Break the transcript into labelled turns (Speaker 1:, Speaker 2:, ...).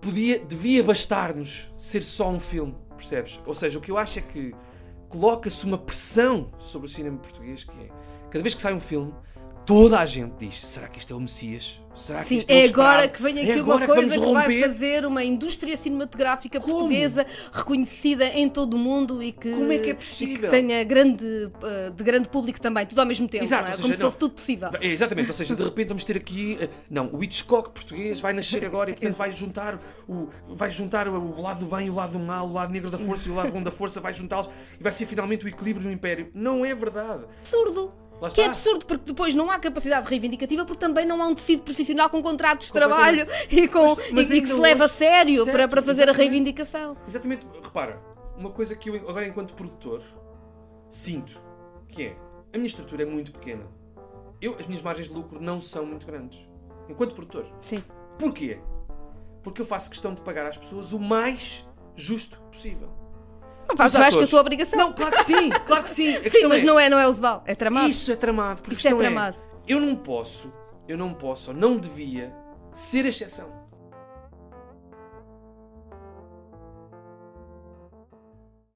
Speaker 1: podia, devia bastar-nos ser só um filme, percebes? Ou seja, o que eu acho é que coloca-se uma pressão sobre o cinema português que é cada vez que sai um filme toda a gente diz será que este é o Messias será que
Speaker 2: Sim,
Speaker 1: este é, o
Speaker 2: é
Speaker 1: esperado?
Speaker 2: agora que vem
Speaker 1: É
Speaker 2: aqui uma
Speaker 1: agora que
Speaker 2: coisa
Speaker 1: vamos
Speaker 2: que, vai
Speaker 1: romper?"
Speaker 2: fazer uma indústria cinematográfica
Speaker 1: Como?
Speaker 2: portuguesa reconhecida em todo o mundo e que,
Speaker 1: Como é que é
Speaker 2: e
Speaker 1: possível?
Speaker 2: tenha grande, eh, de grande público também, tudo ao mesmo tempo,
Speaker 1: Exato,
Speaker 2: não é?
Speaker 1: ou seja,
Speaker 2: como se
Speaker 1: não.
Speaker 2: fosse tudo possível.
Speaker 1: É, exatamente, ou seja, de repente vamos ter aqui. eh, Não, o Hitchcock português vai nascer agora e portanto vai juntar o, vai juntar o lado do bem e o lado do mal, o lado negro da força e o lado bom da força, vai juntá-los e vai ser finalmente o equilíbrio no Império. Não é verdade.
Speaker 2: Absurdo!
Speaker 1: Lá
Speaker 2: Que é
Speaker 1: está.
Speaker 2: absurdo, porque depois não há capacidade reivindicativa, porque também não há um tecido profissional com contratos de trabalho
Speaker 1: Completamente.
Speaker 2: e, com,
Speaker 1: Mas- mas
Speaker 2: e- e que
Speaker 1: ainda
Speaker 2: se leva a
Speaker 1: hoje-
Speaker 2: sério
Speaker 1: certo,
Speaker 2: para, para fazer a
Speaker 1: exatamente.
Speaker 2: reivindicação.
Speaker 1: Exatamente, repara, uma coisa que eu agora enquanto produtor sinto, que é, a minha estrutura é muito pequena. Eu, as minhas margens de lucro não são muito grandes. Enquanto produtor.
Speaker 2: Sim.
Speaker 1: Porquê? Porque eu faço questão de pagar às pessoas o mais justo possível.
Speaker 2: Não faz
Speaker 1: Os
Speaker 2: mais que é a
Speaker 1: atores.
Speaker 2: tua obrigação.
Speaker 1: Não, claro que sim, claro que sim. A
Speaker 2: Sim,
Speaker 1: questão
Speaker 2: mas
Speaker 1: é,
Speaker 2: não é, não é usual. É tramado.
Speaker 1: Isso é tramado. Porque
Speaker 2: Isso é
Speaker 1: a questão
Speaker 2: tramado.
Speaker 1: Eu não posso, eu não posso, ou não devia ser a exceção.